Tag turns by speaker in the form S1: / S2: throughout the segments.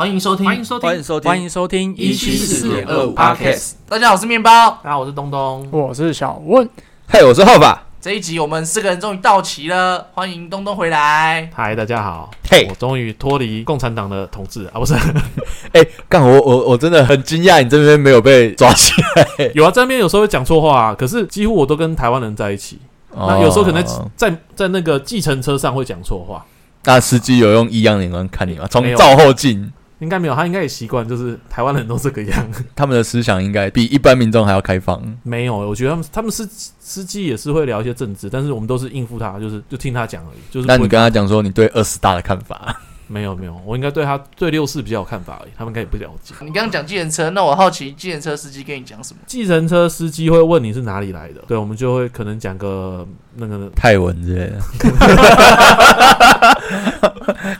S1: 欢迎收听，
S2: 欢迎收
S3: 欢迎
S2: 听，
S3: 收听，
S4: 欢迎收听
S1: 174.25
S2: Podcast
S1: 大家好，我是面包。
S2: 大家好，我是东东。
S4: 我是小 问，
S3: 嘿，我是浩法，
S1: 这一集我们四个人终于到齐了，欢迎东东回来。
S2: 嗨，大家好，
S3: 嘿
S2: 哎我，终于脱离共产党的统治啊，不 是
S3: 哎、干我我我真的很惊讶，你这边没有被抓起来。
S2: 有啊，在那边有时候会讲错话啊，可是几乎我都跟台湾人在一起。 那有时候可能
S3: 哦
S2: 在在在那个计程车上会讲错话，
S3: 那司机有用异样的眼光看你吗？
S2: 没
S3: 从
S2: 有
S3: 照后镜，
S2: 应该没有，他应该也习惯，就是台湾人都这个 样。
S3: 他们的思想应该比一般民众还要开放。
S2: 没有，我觉得他们他们司司机也是会聊一些政治，但是我们都是应付他，就是就听他讲而已，就是
S3: 那
S2: 不
S3: 你
S2: 会
S3: 跟他讲说你对二十大的 看法？
S2: 没有没有，我应该对他对六四比较有看法而已，他们应该也不了解。
S1: 你刚刚讲计程车，那我好奇计程车司机跟你讲什么？
S2: 计程车司机会问你是哪里来的，对我们就会可能讲个那个
S3: 泰文之类 的。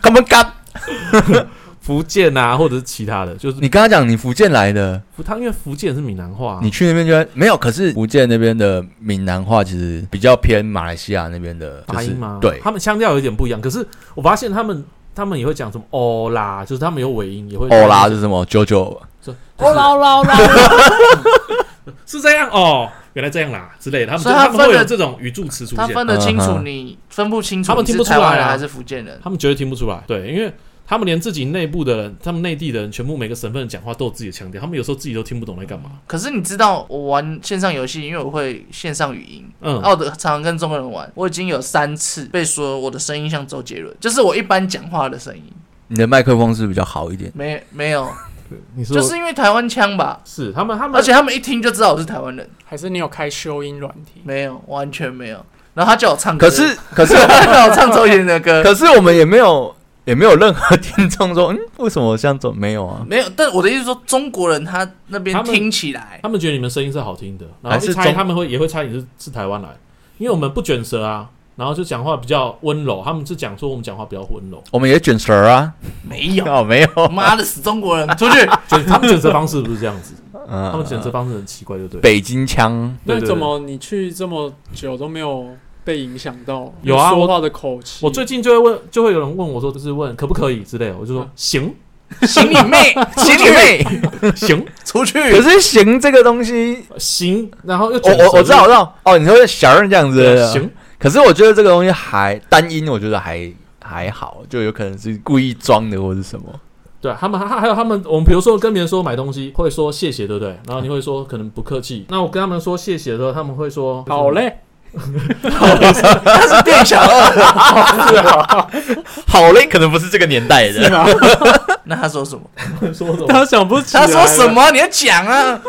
S3: 干嘛干？
S2: 福建啊，或者是其他的，就是
S3: 你跟他讲你福建来的，
S2: 福他因为福建是闽南话啊、
S3: 你去那边就会没有。可是福建那边的闽南话其实比较偏马来西亚那边的，就
S2: 发
S3: 是
S2: 音吗？
S3: 对
S2: 他们腔调有点不一样。可是我发现他们他们也会讲什么哦啦，就是他们有尾音，也会
S3: 欧拉哦是什么？九九
S4: 哦啦啦啦，
S2: 是这样哦，原来这样啦之类的，他们
S1: 所以
S2: 他
S1: 他
S2: 们会
S1: 分
S2: 有
S1: 了
S2: 这种语助词出
S1: 他
S2: 现，
S1: 分得清楚
S3: 嗯哼
S1: 你，分不清楚
S2: 他们
S1: 你
S2: 听
S1: 是
S2: 不出
S1: 台湾
S2: 来
S1: 人
S2: 啊
S1: 还是福建人。
S2: 他们绝对听不出来，对，因为。他们连自己内部的人，他们内地的人，全部每个省份讲话都有自己的腔调，他们有时候自己都听不懂在干嘛。
S1: 可是你知道，我玩线上游戏，因为我会线上语音，
S2: 嗯，
S1: 奥德常常跟中国人玩，我已经有三次被说我的声音像周杰伦，就是我一般讲话的声音，
S3: 你的麦克风是比较好一点。
S1: 没没有，
S2: 你说
S1: 就是因为台湾腔吧，
S2: 是他们，他们
S1: 而且他们一听就知道我是台湾人，
S4: 还是你有开修音软体？
S1: 没有，完全没有。然后他叫我唱歌，
S3: 可是可是
S1: 他叫我唱周杰伦的歌，
S3: 可是我们也没有也没有任何听众说，嗯，为什么像这没有啊？
S1: 没有，但我的意思是说，中国人他那边
S2: 他们
S1: 听起来，
S2: 他们觉得你们声音是好听的，然
S3: 还
S2: 后
S3: 是
S2: 一猜
S3: 中
S2: 他们会也会猜你是是台湾来，因为我们不卷舌啊，然后就讲话比较温柔，他们是讲说我们讲话比较温 柔，
S3: 我们也卷舌啊，
S1: 没有，
S3: 哦，没有，
S1: 妈的死中国人，出去！
S2: 卷他们卷舌方式不是这样子，
S3: 嗯
S2: 他们卷舌方式很奇怪，就对了。
S3: 北京腔，
S2: 对
S4: 那
S2: 对对
S4: 怎么你去这么久都没有被影响到？
S2: 有啊
S4: 你说话的口气。
S2: 我最近就会问，就会有人问我说，就是问可不可以之类的，我就说
S4: 嗯
S2: 行
S1: 行你妹，行你妹，
S2: 行
S1: 出去！
S3: 可是行这个东西，
S2: 行，然后又
S3: 我
S2: 卷舌
S3: 我我知道我知道，哦，你说小人这样子
S2: 对啊
S3: 的，
S2: 行
S3: 可是我觉得这个东西还单音，我觉得还还好，就有可能是故意装的或是什么，
S2: 对啊他们，还还有他们，我们比如说跟别人说买东西会说谢谢，对不对？然后你会说可能不客气，那我跟他们说谢谢的时候，他们会说
S4: 好，嘞，
S1: 他是店小二。
S3: 好嘞，可能不是这个年代
S4: 是
S3: 的，
S4: 吗？
S1: 那他说什么？
S2: 说什么？
S4: 他想不起来
S1: 他说
S4: 了
S1: 什？么？你要讲啊！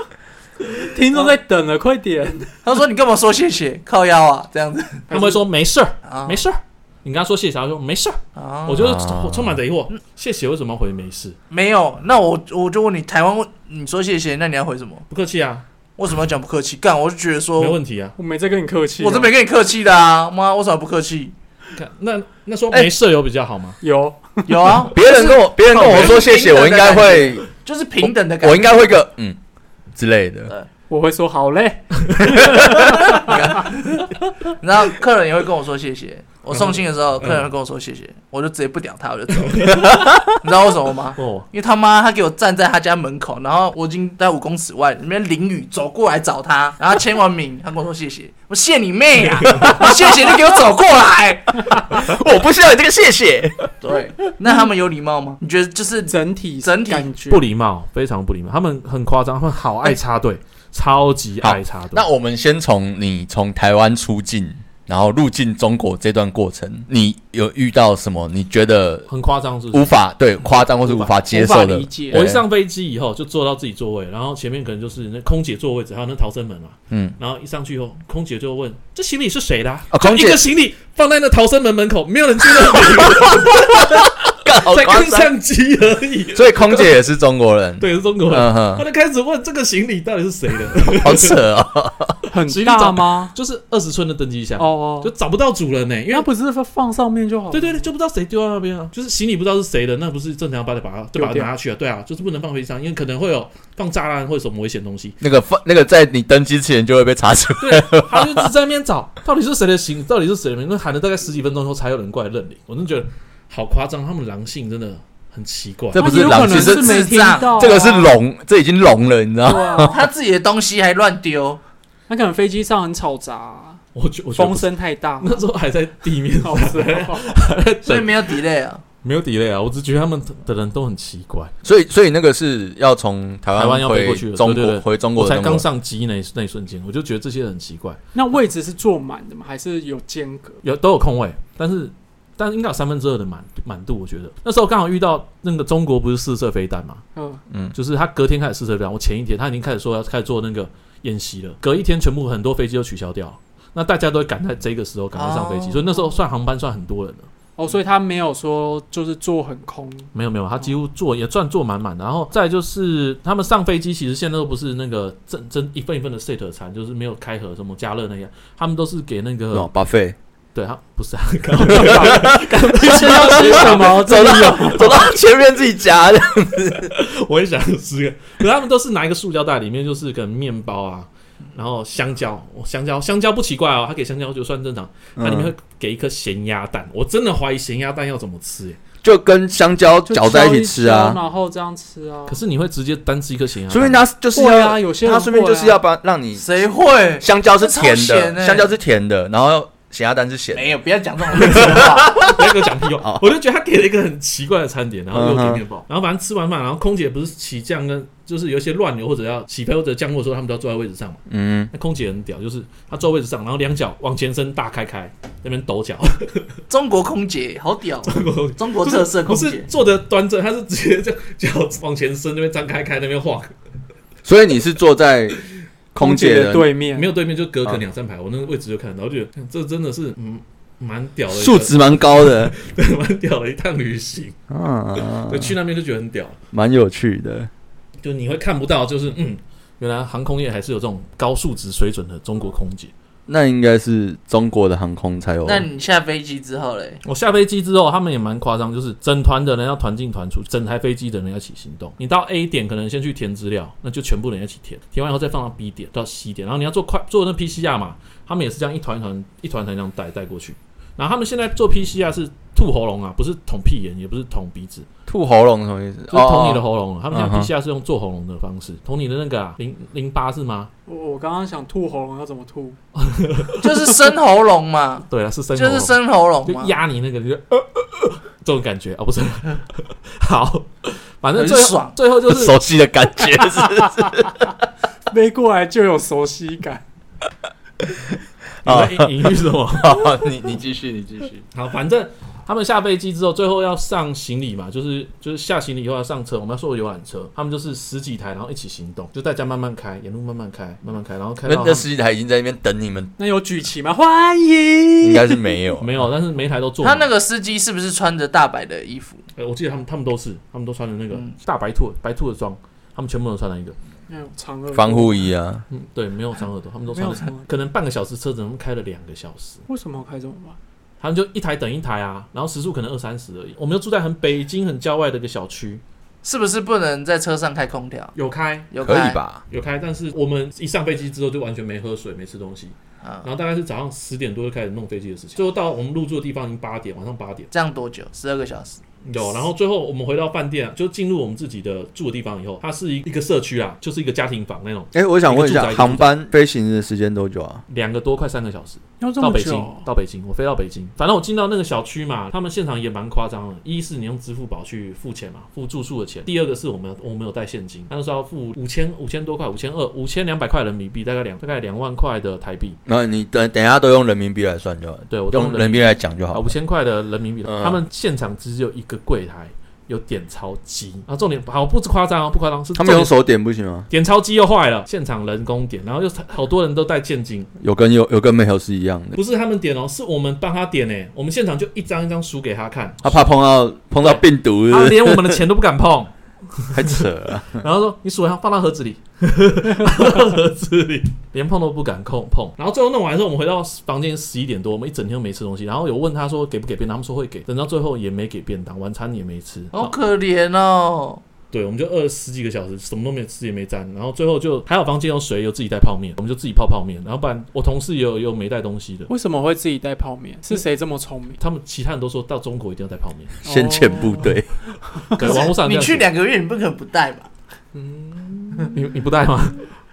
S4: 听众在等了，快点！
S1: 他说你干嘛说谢谢？靠腰啊，这样子
S2: 他们会说没事儿，
S1: 啊
S2: 没事儿。你跟他说谢谢，他说没事儿。
S1: 啊
S2: 我，就是
S3: 啊
S2: 充满着疑惑，嗯谢谢为什么要回没事？
S1: 没有。那我我就问你，台湾问你说谢谢，那你要回什么？
S2: 不客气啊，
S1: 为什么要讲不客气？干，我就觉得说
S3: 哦
S2: 没，问题啊。
S4: 我没在跟你客气啊，
S1: 我都没跟你客气的啊！妈，为什么不客气？
S2: 看那那说
S3: 哎
S2: 没事有比较好吗？
S4: 有
S1: 有啊，
S3: 别人跟我别人跟我说 谢谢，我应该会
S1: 就是平等的感
S3: 我
S1: 觉
S3: 应。该会个嗯之类的，
S4: 我会说好嘞，
S1: 然后客人也会跟我说谢谢。我送信的时候，客人会跟我说谢谢，我就直接不屌他，我就走了。 你知道为什么吗？
S2: 哦，
S1: 因为他妈他给我站在他家门口，然后我已经在五公尺外，里面淋雨走过来找他，然后签完名，他跟我说谢谢，我谢你妹 啊！我谢谢你给我走过来。
S3: 我不需要你这个谢谢。
S1: 对，那他们有礼貌吗？你觉得就是
S4: 整体
S1: 整体
S4: 感觉
S2: 不礼貌，非常不礼貌。他们很夸张，他们好爱插队，超级爱插队。
S3: 哎那我们先从你从台湾出境，然后入境中国这段过程，你有遇到什么你觉得
S2: 很夸张，是不
S3: 无
S2: 是？
S3: 法对夸张或是无法接受
S4: 无法
S3: 的
S4: 理？解
S2: 我一上飞机以后就坐到自己座位，然后前面可能就是那空姐座位置，还有那逃生门嘛。
S3: 嗯，
S2: 然后一上去以后，空姐就问：“这行李是谁的啊、
S3: 啊
S2: 就
S3: 空姐
S2: 一个行李放在那逃生门门口，没有人知道，
S3: 干 好
S2: 才
S3: 夸
S2: 刚
S3: 张！
S2: 上机而已。
S3: 所以空姐也是中国人，
S2: 对，是中国人。
S3: 嗯
S2: 他
S3: 哼，
S2: 就开始问这个行李到底是谁的，
S3: 好扯哦。，
S4: 很
S2: 行李
S4: 大
S2: 长
S4: 吗？
S2: 就是二十寸的登机箱，
S4: 哦哦，
S2: 就找不到主人呢、因
S4: 那
S2: 为
S4: 不是放上面就好？
S2: 对对对，就不知道谁丢在那边啊，就是行李不知道是谁的，那不是正常把它把它对
S4: 丢
S2: 把它
S4: 掉
S2: 拿下去啊，对啊，就是不能放飞机上，因为可能会有放炸弹或者什么危险东西
S3: 那个放那个在你登机之前就会被查出，
S2: 他就一直在那边找到底是谁的行李，到底是谁的名，那喊了大概十几分钟后才有人过来认领，我真的觉得好夸张，他们狼性真的很奇 怪。
S3: 这不是
S1: 他有可
S3: 狼，
S1: 能
S3: 其
S1: 是
S3: 实
S1: 没
S3: 是
S1: 听到
S3: 这个是聋，这已经聋了，你知道吗？
S4: 啊对啊，
S1: 他自己的东西还乱丢，
S4: 他可能飞机上很吵杂啊，
S2: 我觉 我觉得不
S4: 风
S2: 是
S4: 声太大，
S2: 那时候还在地面上
S4: 好声哦。
S1: 所以没有 delay 啊。
S2: 没有 delay 啊，我只觉得他们的人都很奇怪。
S3: 所以，所以那个是要从台
S2: 台湾
S3: 湾
S2: 要飞
S3: 回
S2: 过去了
S3: 中
S2: 对对对
S3: 国，回中国
S2: 我才
S3: 的中
S2: 刚
S3: 国。
S2: 上机那一那一瞬间，我就觉得这些人很奇怪，
S4: 那位置是坐满的吗？还是有间隔？
S2: 有都有空位，但是但是应该有三分之二的满满度，我觉得那时候刚好遇到那个中国不是试射飞弹嘛，
S4: 嗯，
S2: 就是他隔天开始试射飞弹，我前一天他已经开始说要开始做那个演习了，隔一天全部很多飞机都取消掉了，那大家都会赶在这个时候赶快上飞
S1: 哦
S2: 机，所以那时候算航班算很多人了。
S4: 哦，所以他没有说就是坐很空，
S2: 没有没有，他几乎坐也赚坐满满的，然后再就是他们上飞机，其实现在都不是那个真真一份一份的 set 餐，就是没有开盒什么加热那样，他们都是给那个、
S3: 哦，巴菲
S2: 对他不是啊，
S4: 现在要吃什么？
S3: 走到走到前面自己夹的，
S2: 我也想吃个，可是他们都是拿一个塑胶袋，里面就是可能面包啊，然后香蕉，哦香蕉香蕉不奇怪哦，他给香蕉就算正常，
S3: 嗯
S2: 它里面会给一颗咸鸭蛋，我真的怀疑咸鸭蛋要怎么吃、欸，
S3: 就跟香蕉
S4: 就
S3: 搅在一起
S4: 敲
S3: 吃啊
S4: 敲。然后这样吃啊。
S2: 可是你会直接单吃一颗咸鸭蛋，
S3: 说明他就是
S4: 会啊，
S3: 要，
S4: 有些人
S3: 他说明就是要把让你
S1: 谁会？
S3: 香蕉是甜
S1: 这超咸
S3: 的，
S1: 欸
S3: 香蕉是甜的，然后咸鸭蛋是咸的。
S1: 没有，不要讲这种类似的话。
S2: 不要给我讲屁话
S3: 好，
S2: 我就觉得他给了一个很奇怪的餐点，然后又
S3: 哦嗯
S2: 给
S3: 哼
S2: 面包，然后反正吃完饭，然后空姐不是起降跟就是有一些乱流或者要起飞或者降落的时候，他们都要坐在位置上嘛。
S3: 嗯，
S2: 那空姐很屌，就是她坐位置上，然后两脚往前伸大开开，那边抖脚，
S1: 中国空姐好屌，中国特色
S2: 不
S1: 空
S2: 是
S1: 姐，
S2: 坐的端正，她是直接这样脚往前伸，那边张开开那边晃，
S3: 所以你是坐在空姐
S4: 的
S3: 的
S4: 对面，
S2: 没有对面就隔可能两三排，我那个位置就看得到，我就觉得这真的是嗯蛮屌的一个
S3: 数值蛮高的，
S2: 对 蛮屌的一趟旅行，
S3: 啊
S2: 就，去那边就觉得很屌。
S3: 蛮有趣的。
S2: 就你会看不到，就是嗯，原来航空业还是有这种高素质水准的中国空姐。
S3: 那应该是中国的航空才有。
S1: 那你下飞机之后嘞？
S2: 我下飞机之后，他们也蛮夸张，就是整团的人要团进团出，整台飞机的人要一起行动。你到 A 点可能先去填资料，那就全部人一起填，填完以后再放到 B 点到 C 点，然后你要做快做那 PCR 嘛，他们也是这样一团一团一团团这样带带过去。然后他们现在做 PCR 是吐喉咙啊，不是捅屁眼，也不是捅鼻子，
S3: 吐喉咙什么意思？哦
S2: 就是捅你的喉咙啊。他们现
S3: 嗯哼
S2: 在 PCR 是用做喉咙的方式，捅你的那个啊，零零八是吗？
S4: 我我刚刚想吐喉咙，要怎么吐？
S1: 就是生喉咙 嘛，
S2: 对啊，是生喉
S1: 就
S2: 咙。
S1: 是生喉咙
S2: 就
S1: 嘛，
S2: 压你那个，你就呃呃呃这种感觉啊、不是？ 好，反正
S1: 很
S2: 最后
S1: 爽
S2: 最后就是
S3: 熟悉的感觉是
S4: 飞过来就有熟悉感。
S3: 啊
S2: 你在隐喻什么？
S3: 好，你你继续，你继续。
S2: 好，反正他们下飞机之后，最后要上行李嘛，就是就是下行李以后要上车，我们要坐游览车，他们就是十几台，然后一起行动，就大家慢慢开，沿路慢慢开，慢慢开，然后开
S3: 那
S2: 到
S3: 那
S2: 他
S3: 司机台已经在那边等你们，
S4: 那有举旗吗？欢
S3: 应
S4: 迎。
S3: 该是没有
S2: 们。没有，但是每一台都坐
S1: 他
S2: 满。
S1: 那个司机是不是穿着大白的衣服？
S2: 呃我记得他们他们都是，他们都穿的那个
S1: 嗯
S2: 大白兔白兔的装，他们全部都穿了一个，
S4: 没有长耳朵
S3: 防护衣啊，
S2: 嗯，对，没有长耳朵，他们都
S4: 没
S2: 穿
S4: 有
S2: 了，
S4: 长耳朵。
S2: 可能半个小时车子，他们开了两个小时。
S4: 为什么要开这种吧？
S2: 他们就一台等一台啊，然后时速可能二三十而已。我们就住在很北京很郊外的一个小区，
S1: 是不是不能在车上开空调？
S2: 有开
S1: 有
S3: 可
S1: 开
S3: 以？吧？
S2: 有开，但是我们一上飞机之后就完全没喝水，没吃东西，
S1: 啊
S2: 然，后大概是早上十点多就开始弄飞机的事情，最后到我们入住的地方已经八点，晚上八点
S1: 这样多久？十二个小时。
S2: 有，然后最后我们回到饭店，啊就进入我们自己的住的地方以后，它是一一个社区啊，就是一个家庭房那种，
S3: 哎，我想问一
S2: 一个
S3: 下，
S2: 住宅一个住宅
S3: 航班飞行的时间多久啊？
S2: 两个多快三个小时。
S4: 要这
S2: 到
S4: 么
S2: 北
S4: 久
S2: 京，到北京，我飞到北京。反正我进到那个小区嘛，他们现场也蛮夸张的。一是你用支付宝去付钱嘛，付住宿的钱；第二个是我们我们有带现金，那时候要付五千五千多块，五千二五千两百块人民币，大概两大概两万块的台币。
S3: 然后你等等一下都用人民币来算就好了，
S2: 对我都
S3: 用
S2: 用
S3: 人民币来讲就
S2: 啊，
S3: 好
S2: 五。千块的人民币，
S3: 嗯
S2: 他们现场只有一个柜台有点钞机，然后重点好不夸张哦，不夸张是
S3: 他们
S2: 重
S3: 用
S2: 点
S3: 手点不行吗？
S2: 点钞机又坏了，现场人工点，然后又好多人都带现金，
S3: 有跟有有跟没有是一样的。
S2: 不是他们点哦，是我们帮他点诶，我们现场就一张一张数给他看，
S3: 他怕碰到碰到病毒是
S2: 他
S3: 不是，
S2: 连我们的钱都不敢碰。
S3: 太扯啊了。
S2: 然后说你数完放到盒子里，放到盒子里， 连碰都不敢碰碰。然后最后弄完之后，我们回到房间十一点多，我们一整天都没吃东西。然后有问他说给不给便当，他们说会给，等到最后也没给便当，晚餐也没吃。
S1: 好可怜哦，
S2: 对，我们就饿了十几个小时，什么都没有吃也没沾，然后最后就还好房间有水，有自己带泡面，我们就自己泡泡面，然后不然我同事也有也有没带东西的，
S4: 为什么会自己带泡面？是谁这么聪明？哦
S2: 他们其他人都说到中国一定要带泡面，
S3: 先遣部队，
S2: 对， 网络上
S1: 你
S2: 有这
S1: 去
S2: 样
S1: 两个月，你不可能不带吧？
S4: 嗯
S2: 写你你不带吗？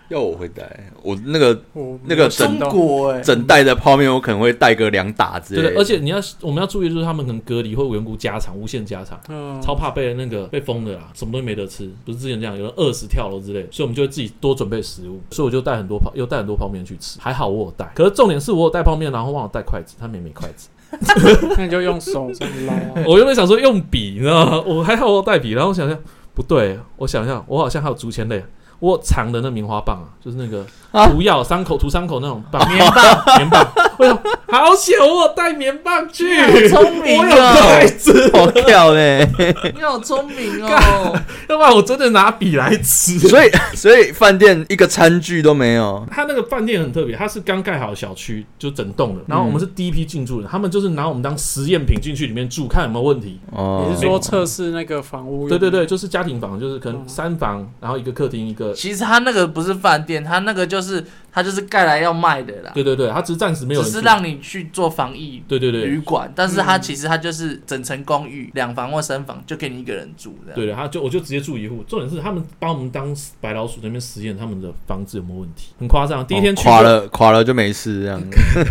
S3: 要我会带，我那个
S4: 我
S3: 那个
S1: 中
S3: 整
S1: 国哎、
S3: 整袋的泡面，我可能会带个两打之
S2: 对
S3: 类
S2: 对，
S3: 的。
S2: 而且你要我们要注意，就是他们可能隔离或无缘故加长、无限加长，
S4: 嗯
S2: 超怕被那个被封的啦，什么都没得吃，不是之前这样，有人饿死跳楼之类的，所以我们就会自己多准备食物，所以我就带很多泡，又带很多泡面去吃，还好我有带，可是重点是我有带泡面，然后忘了带筷子，他们也没筷子，
S4: 那你就用手这样捞啊。
S2: 我原本想说用笔，你知道吗？我还好我有带笔，然后我想想不对，我想想我好像还有竹签类。我有长的那棉花棒啊，就是那个涂药伤口涂伤口那种棒，棉棒棉棒。 我想好险，我有带棉棒去，
S1: 好聪明
S2: 我有
S1: 哦
S2: 带子，
S3: 好跳嘞！
S1: 你好聪明哦！
S2: 要不然我真的拿笔来 吃。
S3: 所以所以饭店一个餐具都没有，
S2: 他那个饭店很特别，他是刚盖好的小区，就整
S1: 嗯
S2: 栋的。然后我们是第一批进驻的，他们就是拿我们当实验品进去里面住，看有没有问题。
S3: 哦
S4: 你是说测试那个房屋？
S2: 对对对，，就是家庭房，就是可能
S4: 嗯
S2: 三房，然后一个客厅，一个。
S1: 其实他那个不是饭店，他那个就是他就是盖来要卖的啦，
S2: 对对对，他只是暂时没有
S1: 啊只
S2: 人住
S1: 是。让你去做防疫
S2: 对对对
S1: 旅馆，但是他
S4: 嗯
S1: 其实他就是整层公寓，两房或三房就给你一个人住这样。
S2: 对对，他就我就直接住一户。重点是他们把我们当白老鼠那边实验他们的房子有没有问题，很夸张。第一
S1: 哦
S2: 天去
S3: 哦垮
S2: 就
S3: 了，垮了就没事这样。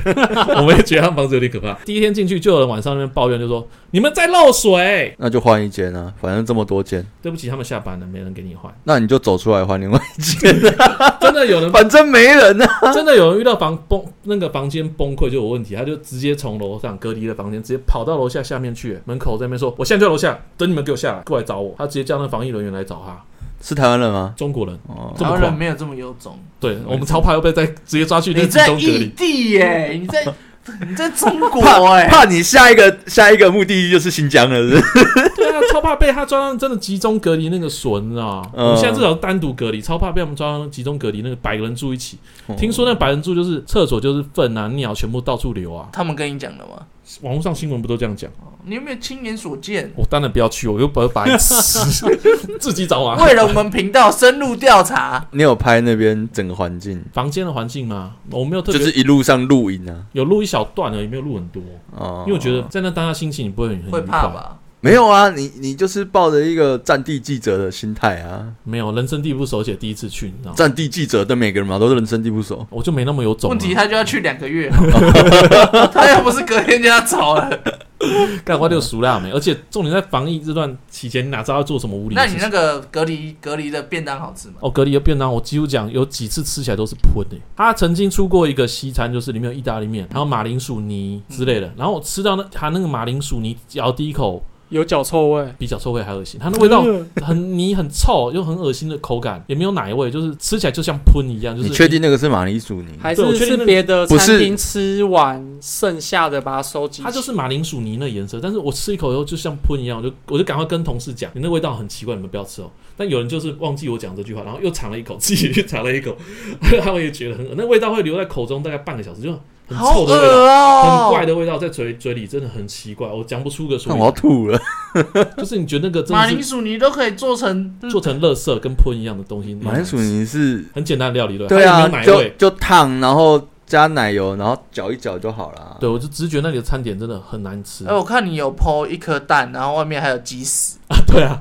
S2: 我们也觉得他们房子有点可怕。第一天进去就有人晚上那边抱怨，就说你们在漏水。
S3: 那就换一间啊，反正这么多间，
S2: 对不起，他们下班了，没人给你换。
S3: 那你就走出来换另外一间，
S2: 真的有人
S3: 反正没人 啊。
S2: 真的有人遇到房崩那个房间崩溃就有问题，他就直接从楼上隔离的房间直接跑到楼下下面去，门口在那边说：“我现在就在楼下等你们给我下来，过来找我。”他直接叫那防疫人员来找他，
S3: 是台湾人
S2: 啊
S3: 吗？
S2: 中国人。
S3: 哦，
S2: 这
S1: 台
S2: 么
S1: 湾
S2: 狂
S1: 人没有这么有种，
S2: 对我们超怕又被再直接抓去那
S1: 你
S2: 集
S1: 在
S2: 中隔
S1: 异
S2: 离。
S1: 地耶、你在你在中国哎、
S3: 怕怕你下一个下一个目的地就是新疆了，是不 是？
S2: 对啊，超怕被他抓到真的集中隔离那个锁，你知道吗？
S3: 嗯
S2: 我们现在至少单独隔离，超怕被我们抓到集中隔离那个百个人住一起。
S1: 哦
S2: 听说那百人住就是厕所就是粪啊尿全部到处流啊，
S1: 他们跟你讲的吗？
S2: 网络上新闻不都这样讲？
S1: 你有没有亲眼所见？
S2: 我当然不要去，我又不是白痴， 自己找啊麻烦。
S1: 为了我们频道深入调查，
S3: 你有拍那边整个环境，
S2: 房间的环境吗？我没有特
S3: 就
S2: 别、
S3: 是一路上露营啊。
S2: 有录一小段而已，没有录很多，
S3: 哦，
S2: 因为我觉得在那当下心情你不会很很
S1: 会
S2: 愉
S1: 怕
S2: 快。
S1: 吧？
S3: 没有啊，你你就是抱着一个战地记者的心态啊，
S2: 没有，人生地不熟，而且第一次去，你知道吗？
S3: 战地记者的每个人嘛都是人生地不熟，
S2: 我就没那么有种、啊。
S1: 问题他就要去两个 月，他要不是隔天就要走了，
S2: 干花就熟辣没，而且重点在防疫这段期 间，你哪知道要做什么无理
S1: 那
S2: 的
S1: 你
S2: 事
S1: 那
S2: 情？
S1: 个隔离隔离的便当好吃吗？
S2: 哦，隔离的便当，我几乎讲有几次吃起来都是喷的、他曾经出过一个西餐，就是里面有意大利
S1: 嗯
S2: 面，然后马铃薯泥之类的。然后我吃到那他那个马铃薯泥，咬第一口
S4: 有脚臭味，
S2: 比脚臭味还恶心，它那味道
S4: 嗯
S2: 很泥、很臭，又很恶心的口感，也没有奶味，就是吃起来就像喷一样。就是
S3: 你确定那个是马铃薯泥？
S4: 还
S2: 对我
S4: 是
S2: 确定那
S4: 是
S2: 个
S4: 别的
S3: 不是
S4: 餐厅吃完剩下的把它收集起来？
S2: 它就是马铃薯泥那颜色，但是我吃一口以后就像喷一样，我就我就赶快跟同事讲，你那味道很奇怪，你们不要吃哦。但有人就是忘记我讲这句话，然后又尝了一口，自己去 尝了一口，他们也觉得很恶，那味道会留在口中大概半个小时，就很
S1: 好
S2: 臭
S1: 恶
S2: 的味道。很
S1: 哦、
S2: 怪的味道在嘴嘴里真的很奇怪，我讲不出个
S3: 那
S2: 所
S3: 我要
S2: 以，
S3: 吐了。
S2: 就是你觉得那个真
S1: 马
S2: 的
S1: 铃
S2: 是
S1: 薯泥都可以做成，
S2: 做成垃圾跟喷一样的东西。
S3: 马铃薯泥是，
S2: 很简单的料理，对吧
S3: 对
S2: 它
S3: 啊
S2: 也没，有奶
S3: 就
S2: 味。
S3: 就烫，然后加奶油，然后搅一搅就好
S1: 啊
S3: 了。啊
S2: 对，我就直觉那里的餐点真的很难吃
S1: 哎、。我看你有剖一颗蛋，然后外面还有鸡屎，
S2: 对啊，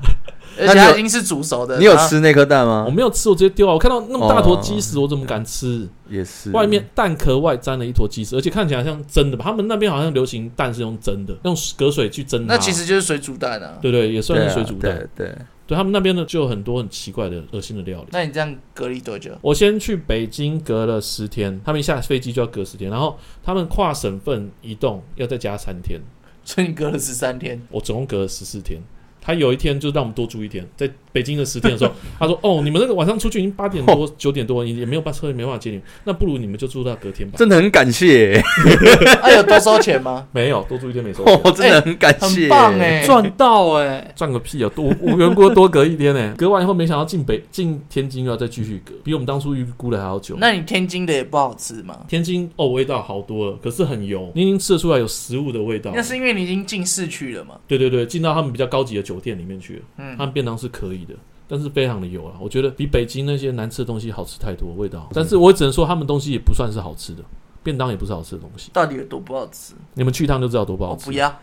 S1: 而且
S3: 那你
S1: 它
S3: 有
S1: 已经是煮熟的。
S3: 你有
S1: 然后？
S3: 吃那颗蛋吗
S2: 我？没有吃，我直接丢啊！我看到那么大坨
S1: 哦
S2: 鸡屎，我怎么敢吃？
S3: 也是，
S2: 外面蛋壳外沾了一坨鸡屎，而且看起来像蒸的吧？他们那边好像流行蛋是用蒸的，用隔水去蒸它。
S1: 那其实就是水煮蛋啊。
S2: 对对，也算是水煮蛋。
S3: 对啊对对，
S2: 对他们那边呢，就有很多很奇怪的恶心的料理。
S1: 那你这样隔离多 久？
S2: 我先去北京隔了十天，他们一下飞机就要隔十天，然后他们跨省份移动要再加三天，
S1: 所以你隔了十三天。
S2: 我总共隔了十四天。他有一天就让我们多住一天，在北京的十天的时候，他说：“哦，你们那个晚上出去已经八点多、九点多，也没有把车也没办法接你们，那不如你们就住到隔天吧。”
S3: 真的很感谢，
S1: 哎、有多收钱吗？
S2: 没有，多住一天没收钱，
S3: 我真的很感 谢，
S1: 很棒哎、
S4: 赚到哎！
S2: 哦 赚个屁啊！多无缘故多隔一天呢、隔完以后没想到进北进天津又要再继续隔，比我们当初预估的还要久。
S1: 那你天津的也不好吃吗？
S2: 天津哦，味道好多了，可是很油，你已经吃得出来有食物的味
S3: 哦
S2: 道。
S1: 那是因为你已经进市区了嘛。
S2: 对对对，进到他们比较高级的酒店里面去了，
S1: 嗯
S3: 啊
S2: 他，们便当是可以的。但是非常的油啊，我觉得比北京那些难吃的东西好吃太多，味道。但是我只能说他们东西也不算是好吃的，便当也不是好吃的东西。
S1: 到底有多不好吃？
S2: 你们去一趟就知道多不
S1: 我
S2: 好吃。
S1: 不要，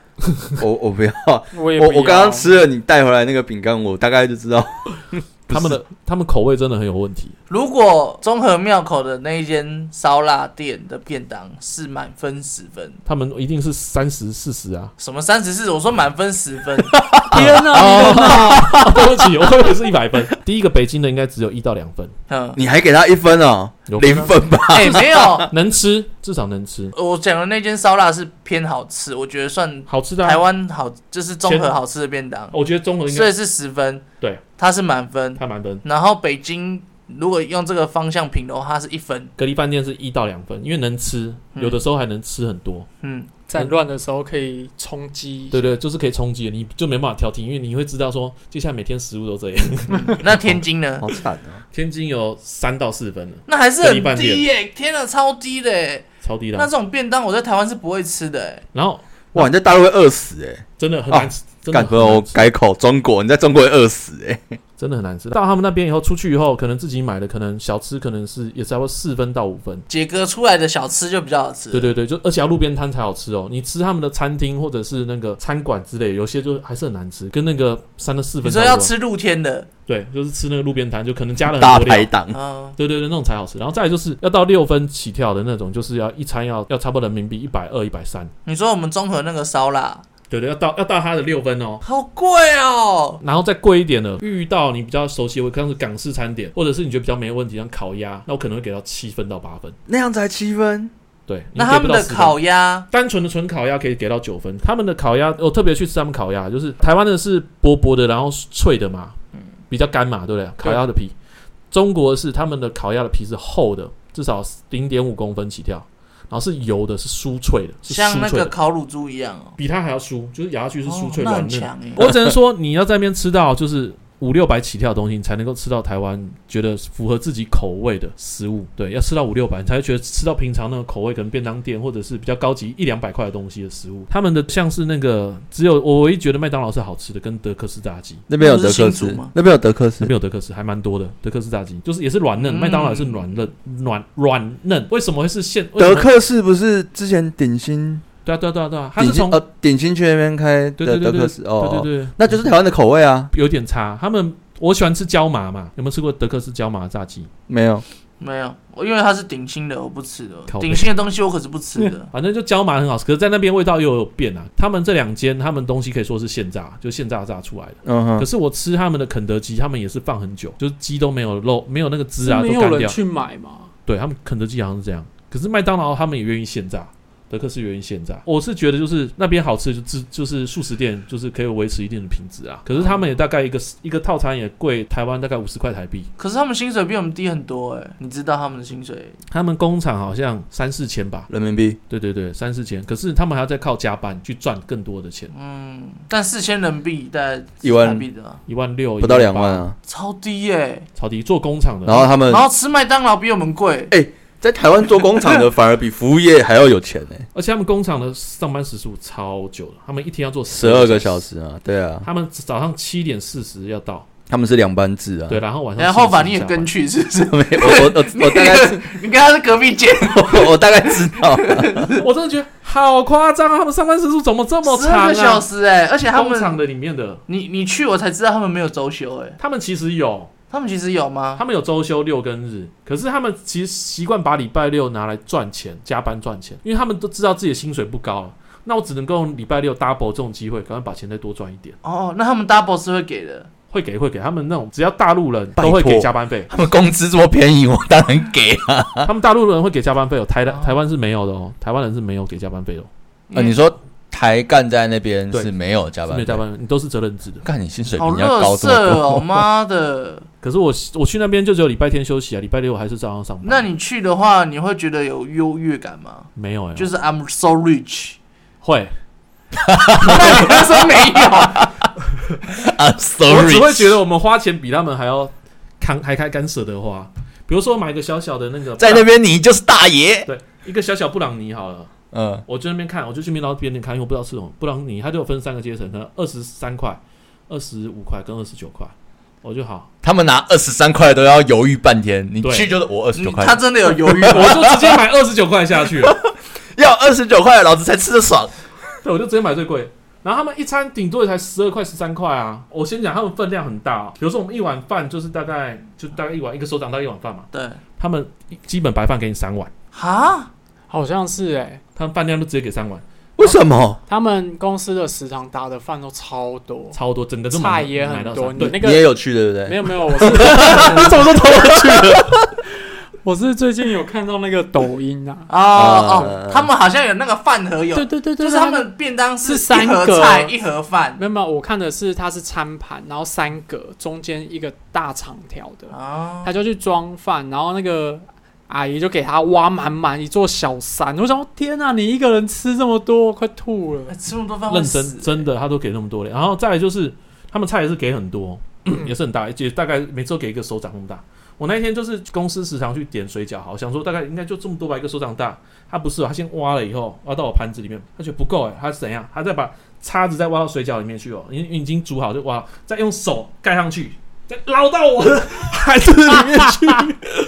S3: 我我不要，
S4: 我也
S3: 我
S4: 不
S3: 我刚
S4: 要
S3: 刚吃了你带回来那个饼干，我大概就知道
S2: 他们的他们口味真的很有问题。
S1: 如果综合庙口的那一间烧腊店的便当是满分十分，
S2: 他们一定是三十四十 啊！
S1: 什么三十四，我说满分十 分，
S4: 天哪， 你的脑
S2: 啊对不起，我以为是一百分。第一个北京的应该只有一到两分，
S1: 嗯，
S3: 你还给他一分哦，
S2: 有分
S3: 零
S2: 吗
S3: 分吧？
S1: 哎、没有，
S2: 能吃至少能吃，
S1: 呃我讲的那间烧腊是偏好吃，我觉得算
S2: 好吃的、
S1: 台
S2: 啊。
S1: 湾好，就是综合好吃的便当，
S2: 我觉得综合应
S1: 所
S2: 该
S1: 以是十分，
S2: 对，
S1: 它是满分。
S2: 太满分。
S1: 然后北京如果用这个方向评的话，它是一分，
S2: 隔离饭店是一到两分，因为能吃，
S1: 嗯
S2: 有的时候还能吃很多。
S1: 嗯，
S4: 在乱的时候可以冲击，
S2: 对对，就是可以冲击，你就没办法挑剔，因为你会知道说，接下来每天食物都这样。
S1: 那天津呢？
S3: 好惨哦！
S2: 天津有三到四分了，
S1: 那还是
S2: 隔离
S1: 很
S2: 饭店
S1: 低耶、天哪，超低的、欸！
S2: 超低的
S1: 那
S2: 啊。
S1: 这种便当我在台湾是不会吃的、欸，
S2: 然后
S3: 哇，你在大陆会饿死哎、
S2: 真的很难吃，真的
S3: 干
S2: 很
S3: 不我
S2: 难吃，
S3: 改口中国，你在中国会饿死哎、
S2: 真的很难吃。到他们那边以后，出去以后，可能自己买的，可能小吃可能是也才会四分到五分。
S1: 杰哥出来的小吃就比较好吃。
S2: 对对对，就而且要路边摊才好吃哦。你吃他们的餐厅或者是那个餐馆之类，有些就还是很难吃，跟那个三到四
S1: 你
S2: 分
S1: 说
S2: 差不多。啊
S1: 要吃露天的，
S2: 对，就是吃那个路边摊，就可能加了
S3: 大
S2: 很多
S3: 排
S2: 料。
S3: 档，
S1: 嗯，
S2: 对对对，那种才好吃。然后再来就是要到六分起跳的那种，就是要一餐要要差不多人民币一百二、一百三。
S1: 你说我们综合那个烧腊
S2: 对对，要到要到它的六分哦。
S1: 好贵哦，
S2: 然后再贵一点的，遇到你比较熟悉的，像是港式餐点，或者是你觉得比较没问题，像烤鸭，那我可能会给到七分到八分。
S3: 那样才七分，
S2: 对，
S1: 那
S2: 你给
S1: 他
S2: 不
S1: 们
S2: 到
S1: 的
S2: 10分
S1: 烤鸭，
S2: 单纯的纯烤鸭可以给到九分，他们的烤鸭我特别去吃他们烤鸭，就是台湾的是薄薄的，然后脆的嘛，
S1: 嗯
S2: 比较干嘛，对不对？烤鸭的皮，中国是他们的烤鸭的皮是厚的，至少零点五公分起跳，然后是油的，是酥脆的，是
S1: 像那
S2: 酥脆
S1: 个
S2: 的，
S1: 烤乳猪一样哦，
S2: 比它还要酥，就是咬下去是酥
S1: 哦
S2: 脆
S1: 那
S2: 软
S1: 很
S2: 嫩。
S1: 强 哎。
S2: 我只能说，你要在那边吃到就是五六百起跳的东西，你才能够吃到台湾觉得符合自己口味的食物。对，要吃到五六百，你才会觉得吃到平常那个口味，可能便当店或者是比较高级一两百块的东西的食物。他们的像是那个，只有我唯一觉得麦当劳是好吃的，跟德克士炸鸡。
S3: 那边有德
S1: 那
S3: 克
S1: 不是新
S3: 士
S1: 竹吗，
S3: 那边有德克
S2: 那
S3: 士，
S2: 边有德克士，还蛮多的。德克士炸鸡就是也是软
S1: 嗯
S2: 嫩，麦当劳也是软嫩，软软嫩。为什么会是现为什
S3: 德
S2: 么
S3: 克士不是之前鼎新，
S2: 对啊对啊对啊对啊，它是
S3: 鼎新
S2: 从
S3: 呃鼎新去那边开
S2: 对
S3: 的
S2: 对对
S3: 德
S2: 对
S3: 克士哦，
S2: 对
S3: 哦
S2: 对对，
S3: 那就是台湾的口味啊，
S2: 有点差。他们我喜欢吃椒麻嘛，有没有吃过德克士椒麻炸鸡？
S3: 没有
S1: 没有，我因为它是顶新的，我不吃的
S2: 靠。背。
S1: 顶新的东西我可是不吃的
S2: 反正就椒麻很好吃，可是在那边味道又有变啊。他们这两间，他们东西可以说是现炸，就现炸炸出来的。
S3: 嗯
S2: 可
S3: 哼，
S2: 是我吃他们的肯德基，他们也是放很久，就是鸡都没有肉，没有那个汁
S4: 是
S2: 啊，
S4: 没
S2: 都
S4: 有
S2: 干
S4: 人
S2: 掉。
S4: 去买嘛？
S2: 对他们肯德基好像是这样，可是麦当劳他们也愿意现炸，德克士也愿意现炸。我是觉得就是那边好吃就自就是素食店就是可以维持一定的品质啊。可是他们也大概一个一个套餐也贵台湾大概五十块台币，
S1: 可是他们薪水比我们低很多哎，你知道他们的薪水？
S2: 他们工厂好像三四千吧，
S3: 人民币
S2: 对对对，三四千。可是他们还要再靠加班去赚更多的钱。
S1: 嗯，但四千人民币大概
S3: 一万
S1: 台币的啊
S2: 一万六
S3: 不到两万
S2: 18000
S3: 啊，
S1: 超低哎，
S2: 超低，做工
S4: 嗯
S2: 厂的，
S3: 然后他们
S1: 然后吃麦当劳比我们贵。
S3: 在台湾做工 厂的反而比服务业还要有钱呢、
S2: 而且他们工厂的上班时数超久了，他们一天要做
S3: 十二个小
S2: 小，
S3: 时啊，对啊，
S2: 他们早上七点四十要到，
S3: 他们是两班制啊，
S2: 对，然后晚
S1: 然
S2: 上。
S1: 后法你也跟，去是不是？
S3: 没有， 我我我我大概 知
S1: 你跟他是隔壁间，
S3: 我我大概知道，
S2: 我真的觉得好夸张啊！他们上班时数怎么这么
S1: 十
S2: 长
S1: 二
S2: 啊？
S1: 个小时哎，而且他
S2: 工厂
S1: 们
S2: 的里面的，
S1: 你你去我才知道他们没有周休哎，
S2: 他们其实有，
S1: 他们其实有吗？
S2: 他们有周休六跟日，可是他们其实习惯把礼拜六拿来赚钱，加班赚钱，因为他们都知道自己的薪水不高了。那我只能够用礼拜六 double 这种机会，赶快把钱再多赚一点。
S1: 哦，那他们 double 是会给的。
S2: 会给会给他们那种，只要大陆人
S3: 拜
S2: 都会给
S3: 托
S2: 加班费，
S3: 他们工资这么便宜，我当然给啊。
S2: 他们大陆人会给加班费哦，台
S1: 哦
S2: 湾台湾是没有的哦，台湾人是没有给加班费的哦，
S3: 呃，你说台干在那边
S2: 对
S3: 是没有加
S2: 是
S3: 班
S2: 没
S3: 费，
S2: 有加班费，你都是责任制的。
S3: 干你薪水比
S1: 好
S3: 人家
S1: 乐
S3: 高这么
S1: 色 哦，
S3: 多，
S1: 妈的！
S2: 可是我我去那边就只有礼拜天休息啊，礼拜六还是照样上班。
S1: 那你去的话，你会觉得有优越感吗？
S2: 没有哎、
S1: 就是 I'm so rich，
S2: 会，
S1: 那你就说没有，
S3: 啊
S2: 我
S3: ，sorry，
S2: 只会觉得我们花钱比他们还要看还开干舍得花。比如说买一个小小的那个
S3: 在那边你就是大爷。
S2: 对一个小小布朗尼好了，
S3: 嗯，
S2: 我去那边看，我就去面包店看，因为我不知道吃什么布朗尼，它就有分三个阶层，可能二十三块、二十五块跟二十九块。我 就好，
S3: 他们拿二十三块都要犹豫半天，你
S2: 对
S3: 去就是我二十九块，
S1: 他真的有犹豫
S2: 我
S1: 吗？
S2: 就直接买二十九块下去了，
S3: 要二十九块，老子才吃得爽。
S2: 对，我就直接买最贵。然后他们一餐顶多也才十二块、十三块啊！我先讲，他们分量很大、啊。比如说我们一碗饭就是大概就大概一碗一个手掌到一碗饭嘛，
S1: 对，
S2: 他们一基本白饭给你三碗，
S1: 哈，
S4: 好像是哎、
S2: 他们饭量都直接给三碗，
S3: 为什么？
S4: 他们公司的食堂打的饭都超多，
S2: 超多，整个就
S4: 菜
S2: 买
S4: 也
S2: 买
S4: 很
S2: 到
S4: 多。
S2: 三
S4: 你
S2: 对，
S4: 那
S3: 你也
S4: 个
S3: 有去对不对？
S4: 没有没有， 我是
S3: 你怎么都偷了去了？
S4: 我是最近有看到那个抖音啊，
S1: 哦
S3: 啊
S1: 哦，他们好像有那个饭盒有
S4: 对，对对对，
S1: 就是他们便当
S4: 是
S1: 是一盒
S4: 三个
S1: 菜一盒饭
S4: 没有没有，我看的是它是餐盘，然后三格中间一个大长条的，
S1: 啊
S4: 他，就去装饭，然后那个阿姨就给他挖满满一座小山。我想说，天啊，你一个人吃这么多，快吐了
S1: 哎。吃那么多饭会
S2: 认
S1: 死
S2: 真真的，他都给那么多嘞。然后再来就是他们菜也是给很多， 也是很大，也大概每周给一个手掌那么大。我那一天就是公司时常去点水饺，好想说大概应该就这么多吧，一个手掌大。他不是哦，他先挖了以后挖到我盘子里面，他觉得不够哎，他是怎样？他再把叉子再挖到水饺里面去哦，因为已经煮好就挖，再用手盖上去，再捞到 我的盘子里面去。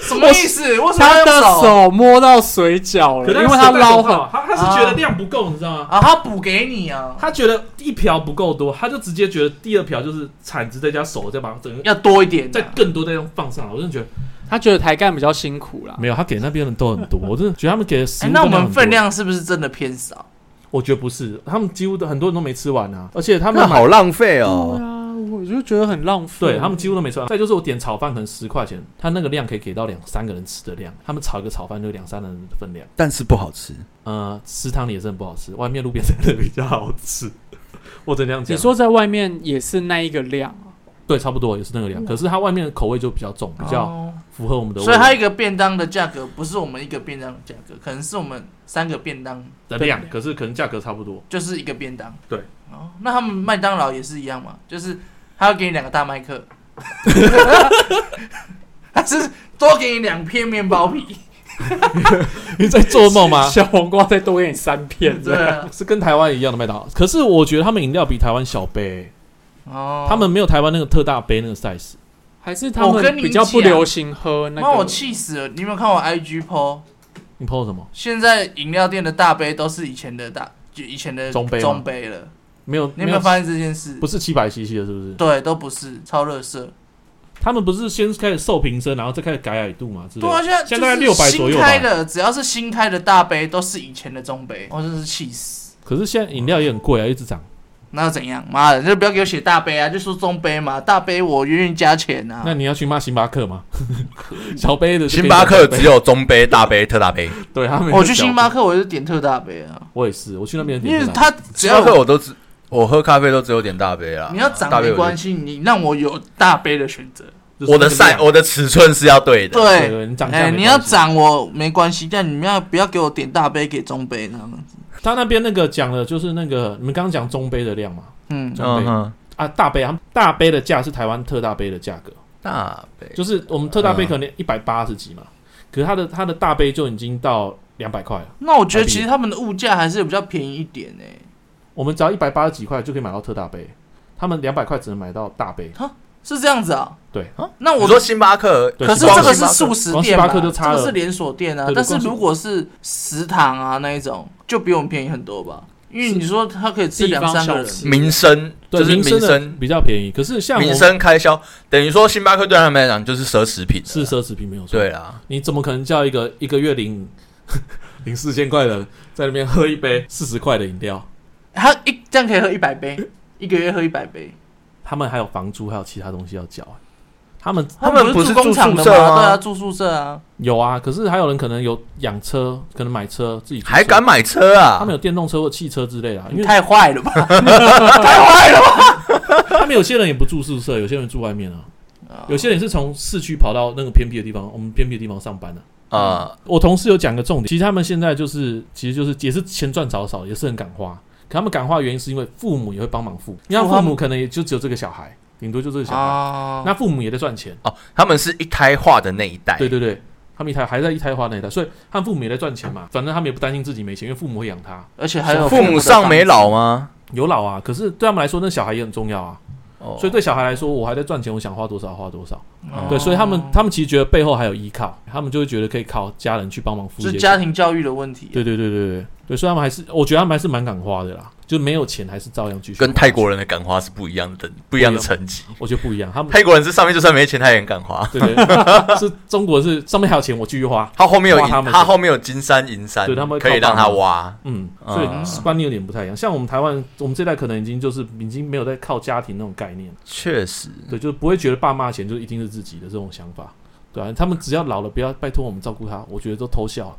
S1: 什么意思？为什么
S4: 他
S1: 要
S4: 的
S1: 用手？
S4: 手摸到水饺了，
S2: 可是
S4: 因为他
S2: 手戴手
S4: 捞
S2: 套他
S4: 很，
S2: 他是觉得量不够，你知道吗？
S1: 啊，他补给你啊，
S2: 他觉得一瓢不够多，他就直接觉得第二瓢就是铲子再加手再把它整个
S1: 要多一点啊，
S2: 再更多再用放上来，我真的觉得
S4: 他觉得抬干比较辛苦啦。
S2: 没有，他给那边的都很 多，我真的觉得他们给的食
S1: 哎
S2: 物、，
S1: 那我们分，量是不是真的偏少？
S2: 我觉得不是，他们几乎都很多人都没吃完啊，而且他
S3: 他
S2: 们
S3: 们
S2: 买
S3: 好浪费
S4: 对
S3: 哦。
S4: 啊，我就觉得很浪费。
S1: 嗯
S2: 对他们几乎都没吃完。再就是我点炒饭可能十块钱，他那个量可以给到两三个人吃的量，他们炒一个炒饭就两三人的分量。
S3: 但是不好吃，
S2: 呃，食堂里也是很不好吃，外面路边摊的比较好吃。 我只能这样讲，
S4: 你说在外面也是那一个量啊，
S2: 对，差不多也是那个量，可是它外面的口味就比较重，比较
S1: 嗯哦
S2: 符合我们的味道。
S1: 所以它一个便当的价格不是我们一个便当的价格，可能是我们三个便当
S2: 的量，可是可能价格差不多。
S1: 就是一个便当。
S2: 对，
S1: 哦，那他们麦当劳也是一样嘛，就是他要给你两个大麦 克，还是多给你两片面包皮？
S2: 你在做梦吗？
S4: 小黄瓜再多给你三片，
S2: 嗯
S1: 对啊，
S2: 是跟台湾一样的麦当劳，可是我觉得他们饮料比台湾小杯欸、
S1: 哦，
S2: 他们没有台湾那个特大杯那个 size。
S4: 还是他
S1: 我跟
S4: 们
S1: 你
S4: 比较不
S1: 讲
S4: 流行喝那
S1: 妈我
S4: 个？
S1: 气死了！你有没有看我 IG po？
S2: 你 PO 什么？
S1: 现在饮料店的大杯都是以前的大，就以前的
S2: 中杯吗
S1: 中杯了。
S2: 没有，
S1: 你有没有发现这件事？
S2: 不是七百 CC 的，是不是？
S1: 对，都不是超热色。
S2: 他们不是先开始售瓶身，然后再开始改矮度嘛？之类
S1: 对
S2: 的
S1: 啊，现在
S2: 现在大概
S1: 就是
S2: 600左右
S1: 新
S2: 吧
S1: 开的，只要是新开的大杯，都是以前的中杯。我真是气死！
S2: 可是现在饮料也很贵啊，一直涨。
S1: 那又怎样？妈的，就不要给我写大杯啊，就说中杯嘛。大杯我愿意加钱啊。
S2: 那你要去骂星巴 克吗？小杯的就可以
S3: 星巴克
S2: 小杯
S3: 只有中杯、大杯、特 大杯，
S2: 对他们。
S1: 我去星巴，克，我就点特大杯啊，
S2: 我也是，我去那边
S1: 因
S2: 点
S1: 为
S2: 不到。
S1: 它
S2: 啊
S1: 只
S3: 星
S1: 要
S3: 巴克我都只我喝咖啡都只有点大杯啦。
S1: 你要涨
S3: 大杯
S1: 没
S3: 我就
S1: 关系，你让我有大杯的选择。
S2: 就是
S3: 我的
S2: 那个
S3: 赛
S2: 量
S3: 我的尺寸是要对的。
S2: 对
S1: 对，
S2: 对，你涨价
S1: 哎，
S2: 没
S1: 你
S2: 关
S1: 要
S2: 系。
S1: 涨我没关系，但你们要不要给我点大杯给中杯呢？
S2: 他那边那个讲的就是那个，你们刚刚讲中杯的量嘛？
S1: 嗯，
S2: 中杯
S3: 哼，
S2: 啊，大杯，他们大杯的价是台湾特大杯的价格。
S3: 大杯
S2: 就是我们特大杯
S3: 嗯
S2: 可能一百八十几嘛，可是它的它的大杯就已经到两百块了。
S1: 那我觉得
S2: 台币
S1: 其实他们的物价还是比较便宜一点诶、
S2: 我们只要一百八十几块就可以买到特大杯，他们两百块只能买到大杯。
S1: 是这样子啊？
S2: 对
S3: 啊，
S1: 那我
S3: 我说星巴克，
S2: 对
S1: 可是
S2: 星巴
S1: 这
S2: 克
S1: 个是素食店嘛，
S2: 光星巴克就差了
S1: 这个是连锁店啊
S2: 对。对
S1: 但是
S2: 光是
S1: 如果是食堂啊那一种，就比我们便宜很多吧？因为你说它可以吃两三个
S4: 地方小
S1: 人
S4: 吃，
S3: 民生
S2: 对，
S3: 就是
S2: 民
S3: 民
S2: 生的
S3: 生
S2: 比较便宜，可是像我
S3: 民生开销，等于说星巴克对他们来讲就是奢侈品了。
S2: 是奢侈品没有错。
S3: 对，啦，
S2: 你怎么可能叫一个一个月领 领四千块的人在那边喝一杯四十块的饮料？
S1: 它一这样可以喝一百杯，一个月喝一百杯。
S2: 他们还有房租，还有其他东西要缴、他们
S1: 他
S3: 们
S1: 不是
S3: 不是
S1: 工厂
S3: 住
S1: 的
S3: 宿舍吗
S1: 对啊，住宿舍啊。
S2: 有啊，可是还有人可能有养车，可能买车自己租
S3: 还
S2: 车
S3: 敢买车
S2: 他
S3: 啊
S2: 们？有电动车或汽车之类的、啊，因
S1: 你
S2: 为
S1: 太坏了吧！太坏了吧！
S2: 他们有些人也不住宿舍，有些人住外面啊，有些人是从市区跑到那个偏僻的地方，我们偏僻的地方上班的、
S3: 啊，
S2: 我同事有讲个重点，其实他们现在就是，其实就是也是钱赚少少，也是很敢花。可他们敢花的原因是因为父母也会帮忙付，你看
S1: 父母
S2: 父母可能也就只有这个小孩，顶多就这个小孩，
S1: 啊，
S2: 那父母也在赚钱，
S3: 哦，他们是一胎化的那一代，
S2: 对对对。他们一胎还在一胎花那一代，所以他们父母也在赚钱嘛，反正他们也不担心自己没钱，因为父母会养他，
S1: 而且还有
S3: 父母上没老吗？
S2: 有老啊，可是对他们来说，那小孩也很重要啊。
S3: 哦
S2: 所以对小孩来说，我还在赚钱，我想花多少花多少。
S1: 哦
S2: 对，所以他们他们其实觉得背后还有依靠，他们就会觉得可以靠家人去帮忙付一
S1: 是
S2: 些
S1: 家庭教育的问题。
S2: 对对对对对对，所以他们还是，我觉得他们还是蛮敢花的啦，就没有钱还是照样继续。
S3: 跟泰，国人的感化是不一样的等，不一样的层级。
S2: 我觉得不一样，他们
S3: 泰国人是上面就算没钱，他也很敢花。
S2: 对对是中国是上面还有钱，我继续花。
S3: 他后面有
S2: 哇
S3: 银
S2: 他们
S3: 他后面有金山银山，
S2: 对他们会
S3: 可以
S2: 靠
S3: 让
S2: 爸
S3: 他
S2: 妈
S3: 挖。
S2: 嗯，所以
S3: 嗯
S2: 观念有点不太一样。像我们台湾，我们这代可能已经就是已经没有在靠家庭那种概念，
S3: 确实，
S2: 对，就是不会觉得爸妈的钱就一定是自己的这种想法。对啊，他们只要老了，不要拜托我们照顾他，我觉得都偷笑了。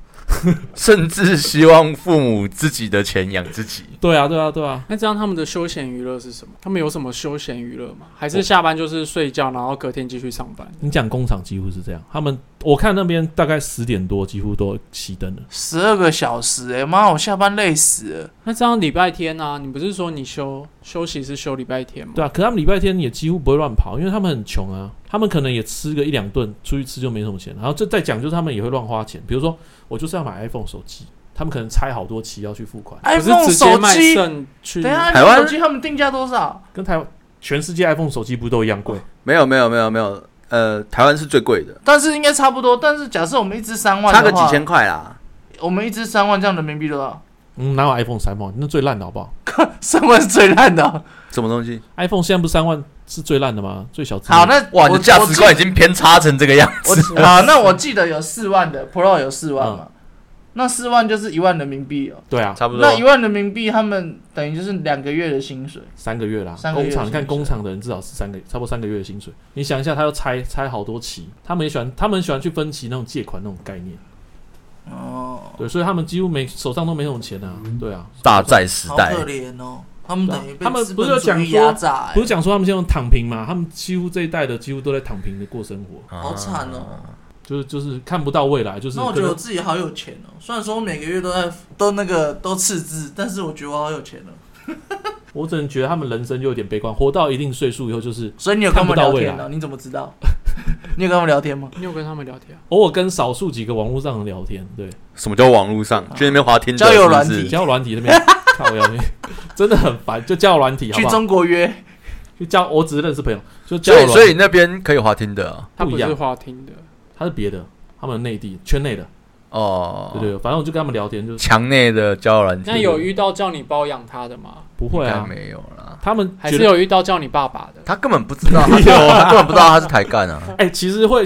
S3: 甚至希望父母自己的钱养自己。
S2: 对啊，对啊，对啊，
S4: 那这样他们的休闲娱乐是什么？他们有什么休闲娱乐吗？还是下班就是睡觉，然后隔天继续上班？
S2: 你讲工厂几乎是这样，他们我看那边大概十点多几乎都熄灯了。
S1: 十二个小时、哎妈，我下班累死了。
S4: 那这样礼拜天啊，你不是说你休休息是休礼拜天吗？
S2: 对啊，可他们礼拜天也几乎不会乱跑，因为他们很穷啊，他们可能也吃个一两顿，出去吃就没什么钱。然后这再讲就是他们也会乱花钱，比如说我就是要买 iPhone 手机，他们可能拆好多期要去付款，
S4: 不是
S1: iPhone
S4: 直接
S1: 手
S4: 卖
S1: 机，
S4: 肾去
S1: 等一下
S3: 台湾
S1: iPhone 手机他们定价多少？
S2: 跟台湾全世界 iPhone 手机不都一样贵？
S3: 没有没有没有没有，呃，台湾是最贵的，
S1: 但是应该差不多。但是假设我们一支三万，
S3: 差个几千，块啦。
S1: 我们一支三万这样人民币多少？
S2: 嗯，哪有 iPhone 三万？那最烂的好不好
S1: 三万是最烂的哦。
S3: 什么东西？
S2: ？iPhone 现在不是三万是最烂的吗？最小资
S1: 好，那
S3: 哇，
S1: 我
S3: 你的价值观已经偏差成这个样
S1: 我
S3: 子。
S1: 我好，那我记得有四万的 Pro 有四万嘛？那四万就是一万人民币哦。
S2: 对啊，
S3: 嗯差不多
S1: 那一万人民币，他们等于就是两个月的薪水。
S2: 三个月啦，
S1: 三个月
S2: 工
S1: 的
S2: 厂你看
S1: 薪水
S2: 工厂的人至少是三个，差不多三个月的薪水。你想一下，他要拆拆好多期，他们也喜欢，他们喜欢去分期那种借款那种概念，
S1: 哦，嗯
S2: 对，所以他们几乎没手上都没什么钱啊，对啊，
S3: 大债时代，
S1: 怜哦，他们
S2: 等于被他们不是有讲说资本主义压
S1: 压榨欸
S2: 不是讲说他们现在躺平嘛？他们几乎这一代的几乎都在躺平的过生活，
S3: 啊
S1: 好惨哦。
S2: 就是就是看不到未来，就是
S1: 那我
S2: 可
S1: 觉得
S2: 能
S1: 我自己好有钱哦，虽然说我每个月都在都那个都赤字，但是我觉得我好有钱哦。
S2: 我只能觉得他们人生就有点悲观，活到一定岁数以后，就是
S1: 所以你有跟他们聊
S2: 看
S1: 天
S2: 不到
S1: 哦？
S2: 未
S1: 你怎么知道？ 你有跟他们聊天吗？
S4: 你有跟他们聊天啊？
S2: 偶尔跟少数几个网络上的人聊天，对，
S3: 什么叫网络上？去那边滑天
S1: 交友软
S2: 比
S1: 体
S2: 交友软 体那边靠聊天，真的很烦，就交友软体好
S1: 去
S2: 不好？
S1: 中国约
S2: 就交，我只是认识朋友，就交友
S3: 所以
S2: 软
S3: 所以那边可以滑听的啊
S4: 他
S2: 不
S4: 不
S2: 一样
S4: 是花听的，
S2: 他是别的，他们内地圈内的，
S3: 哦，
S2: 对对对，反正我就跟他们聊天，就是
S3: 墙内的交友软件
S4: 那有遇到叫你包养他的吗？
S2: 不会啊，
S3: 没有啦。
S2: 他们
S4: 还
S2: 觉
S4: 是
S2: 得
S4: 有遇到叫你爸爸的？
S3: 他根本不 知道，他他根本不知道他是台干啊！
S2: 哎、其实会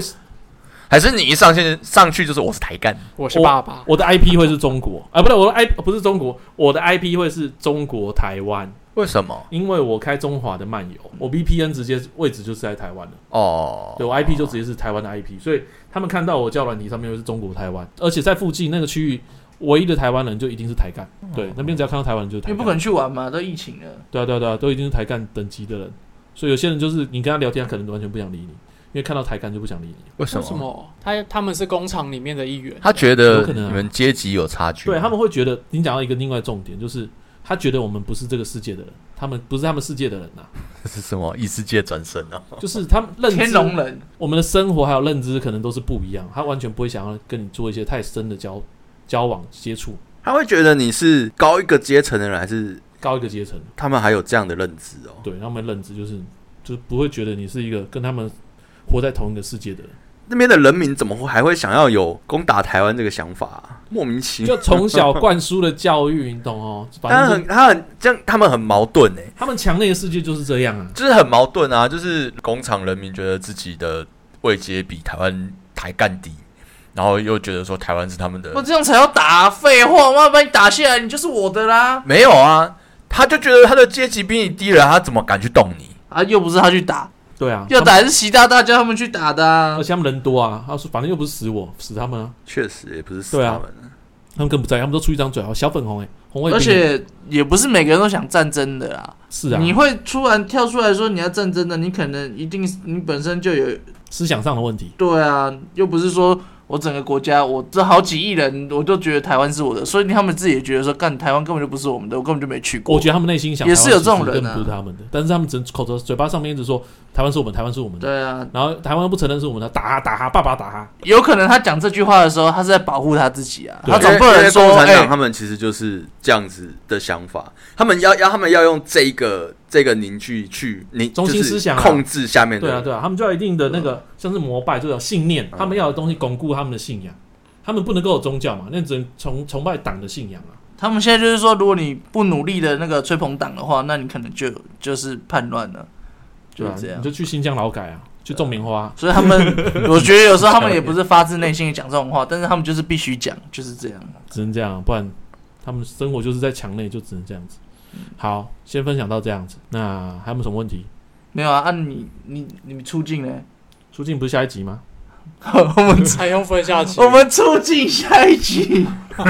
S3: 还是你一上线上去就是我是台干，
S4: 我是爸爸，
S2: 我的 IP 会是中国，啊，不对，我的 IP 不是中国，我的 IP 会是中国台湾，
S3: 为什么？
S2: 因为我开中华的漫游，我 VPN 直接位置就是在台湾的，
S3: 哦，
S2: 对我 IP 就直接是台湾的 IP，所以他们看到我叫软体上面会是中国台湾，而且在附近那个区域。唯一的台湾人就一定是台干，对，那边只要看到台湾人就是台
S1: 因为不
S2: 干，
S1: 可能去玩嘛，都疫情了。
S2: 对啊对啊对啊，都一定是台干等级的人，所以有些人就是你跟他聊天，他可能完全不想理你，因为看到台干就不想理你。
S3: 为什
S4: 为什
S3: 么？
S4: 么？他他们是工厂里面的一员，
S3: 他觉
S2: 有
S3: 得
S2: 可能啊
S3: 你们阶级有差距，
S2: 对
S1: 啊
S2: 他们会觉得你讲到一个另外重点，就是他觉得我们不是这个世界的人，他们不是他们世界的人 呐、
S3: 这是什么异世界转身啊？
S2: 就是他们认知
S1: 天龙人
S2: 我们的生活还有认知可能都是不一样，他完全不会想要跟你做一些太深的交交往接触，
S3: 他会觉得你是高一个阶层的人，还是
S2: 高一个阶层，
S3: 他们还有这样的认知哦？
S2: 对他们认知就是就是不会觉得你是一个跟他们活在同一个世 界的人。
S3: 那边的人民怎么会还会想要有攻打台湾这个想法啊、莫名其妙
S2: 就。从小灌输的教育，你懂哦？
S3: 他
S2: 反正
S3: 很
S2: 就
S3: 他很这样，他们很矛盾哎、
S2: 他们墙内的世界就是这样啊。
S3: 就是很矛盾啊。就是工厂人民觉得自己的位阶比台湾台干低，然后又觉得说台湾是他们的
S1: 那这样才要打，废话，我要把你打下来，你就是我的啦。
S3: 没有啊，他就觉得他的阶级比你低了，他怎么敢去动你？
S1: 啊，又不是他去打，
S2: 对啊，
S1: 要
S2: 他们，
S1: 打还是习大大叫他们去打的啊
S2: 而。且他们人多啊。他说反正又不是死我，死他们啊。
S3: 确实也不是
S2: 对啊他们更不在意，他们都出一张嘴啊。小粉红哎、红卫兵
S1: 而且也不是每个人都想战争的啦。
S2: 是啊，
S1: 你会突然跳出来说你要战争的，你可能一定你本身就有
S2: 思想上的问题。
S1: 对啊，又不是说我整个国家我这好几亿人，我都觉得台湾是我的，所以他们自己也觉得说，干台湾根本就不是我们的，我根本就没去过。
S2: 我觉得他们内心想
S1: 也是有这种人啊
S2: 台湾其实根本不是他们的，但是他们只口头嘴巴上面一直说台湾是我们，台湾是我们的，
S1: 对啊，
S2: 然后台湾不承认是我们的，打他打他，爸爸打他，
S1: 有可能他讲这句话的时候，他是在保护他自己啊，
S2: 对
S3: 啊
S1: 他总不能说，哎、
S3: 他们其实就是
S5: 这样子的想法，他们要要他们要用这个这个凝聚去你
S2: 中心思想啊
S5: 控制下面的
S2: 对啊，
S5: 人，
S2: 对啊，他们就要一定的那
S1: 嗯
S2: 个，像是膜拜这种信念，他们要的东西巩固他们的信仰，他们不能够有宗教嘛，那只能崇崇拜党的信仰啊。
S1: 他们现在就是说，如果你不努力的那个吹捧党的话，那你可能就就是叛乱了，就
S2: 对啊
S1: 是这，样
S2: 你。就去新疆劳改啊，去种棉花啊、
S1: 所以他 们，我觉得有时候他
S3: 啊
S1: 们也不是发自内心的讲这种话，但是他们就是必须讲，就是这样。
S2: 只能这样，不然他们生活就是在墙内，就只能这样子。好，先分享到这样子。那还有没有什么问题？
S1: 没有啊，按、你你你出 境呢？
S2: 出境不是下一集吗？
S1: 我们
S4: 还用分下去？
S1: 我们促进下一 集。好，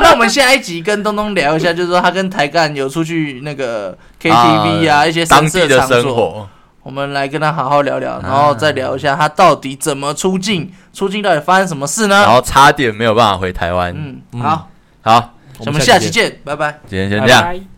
S1: 那我们下一集跟东东聊一下，就是说他跟台干有出去那个 KTV 啊，一些
S3: 当
S1: 神社
S3: 地的
S1: 场
S3: 生
S1: 所，
S3: 活，
S1: 我们来跟他好好聊聊，然后再聊一下他到底怎么出境，出境到底发生什么事
S3: 然
S1: 呢？
S3: 后差点没有办法回台湾。
S1: 嗯，
S2: 嗯
S1: 好，
S3: 好，
S1: 我们下期见，拜拜。
S3: 今天
S2: 拜
S3: 先
S2: 拜
S3: 这样。
S4: 拜。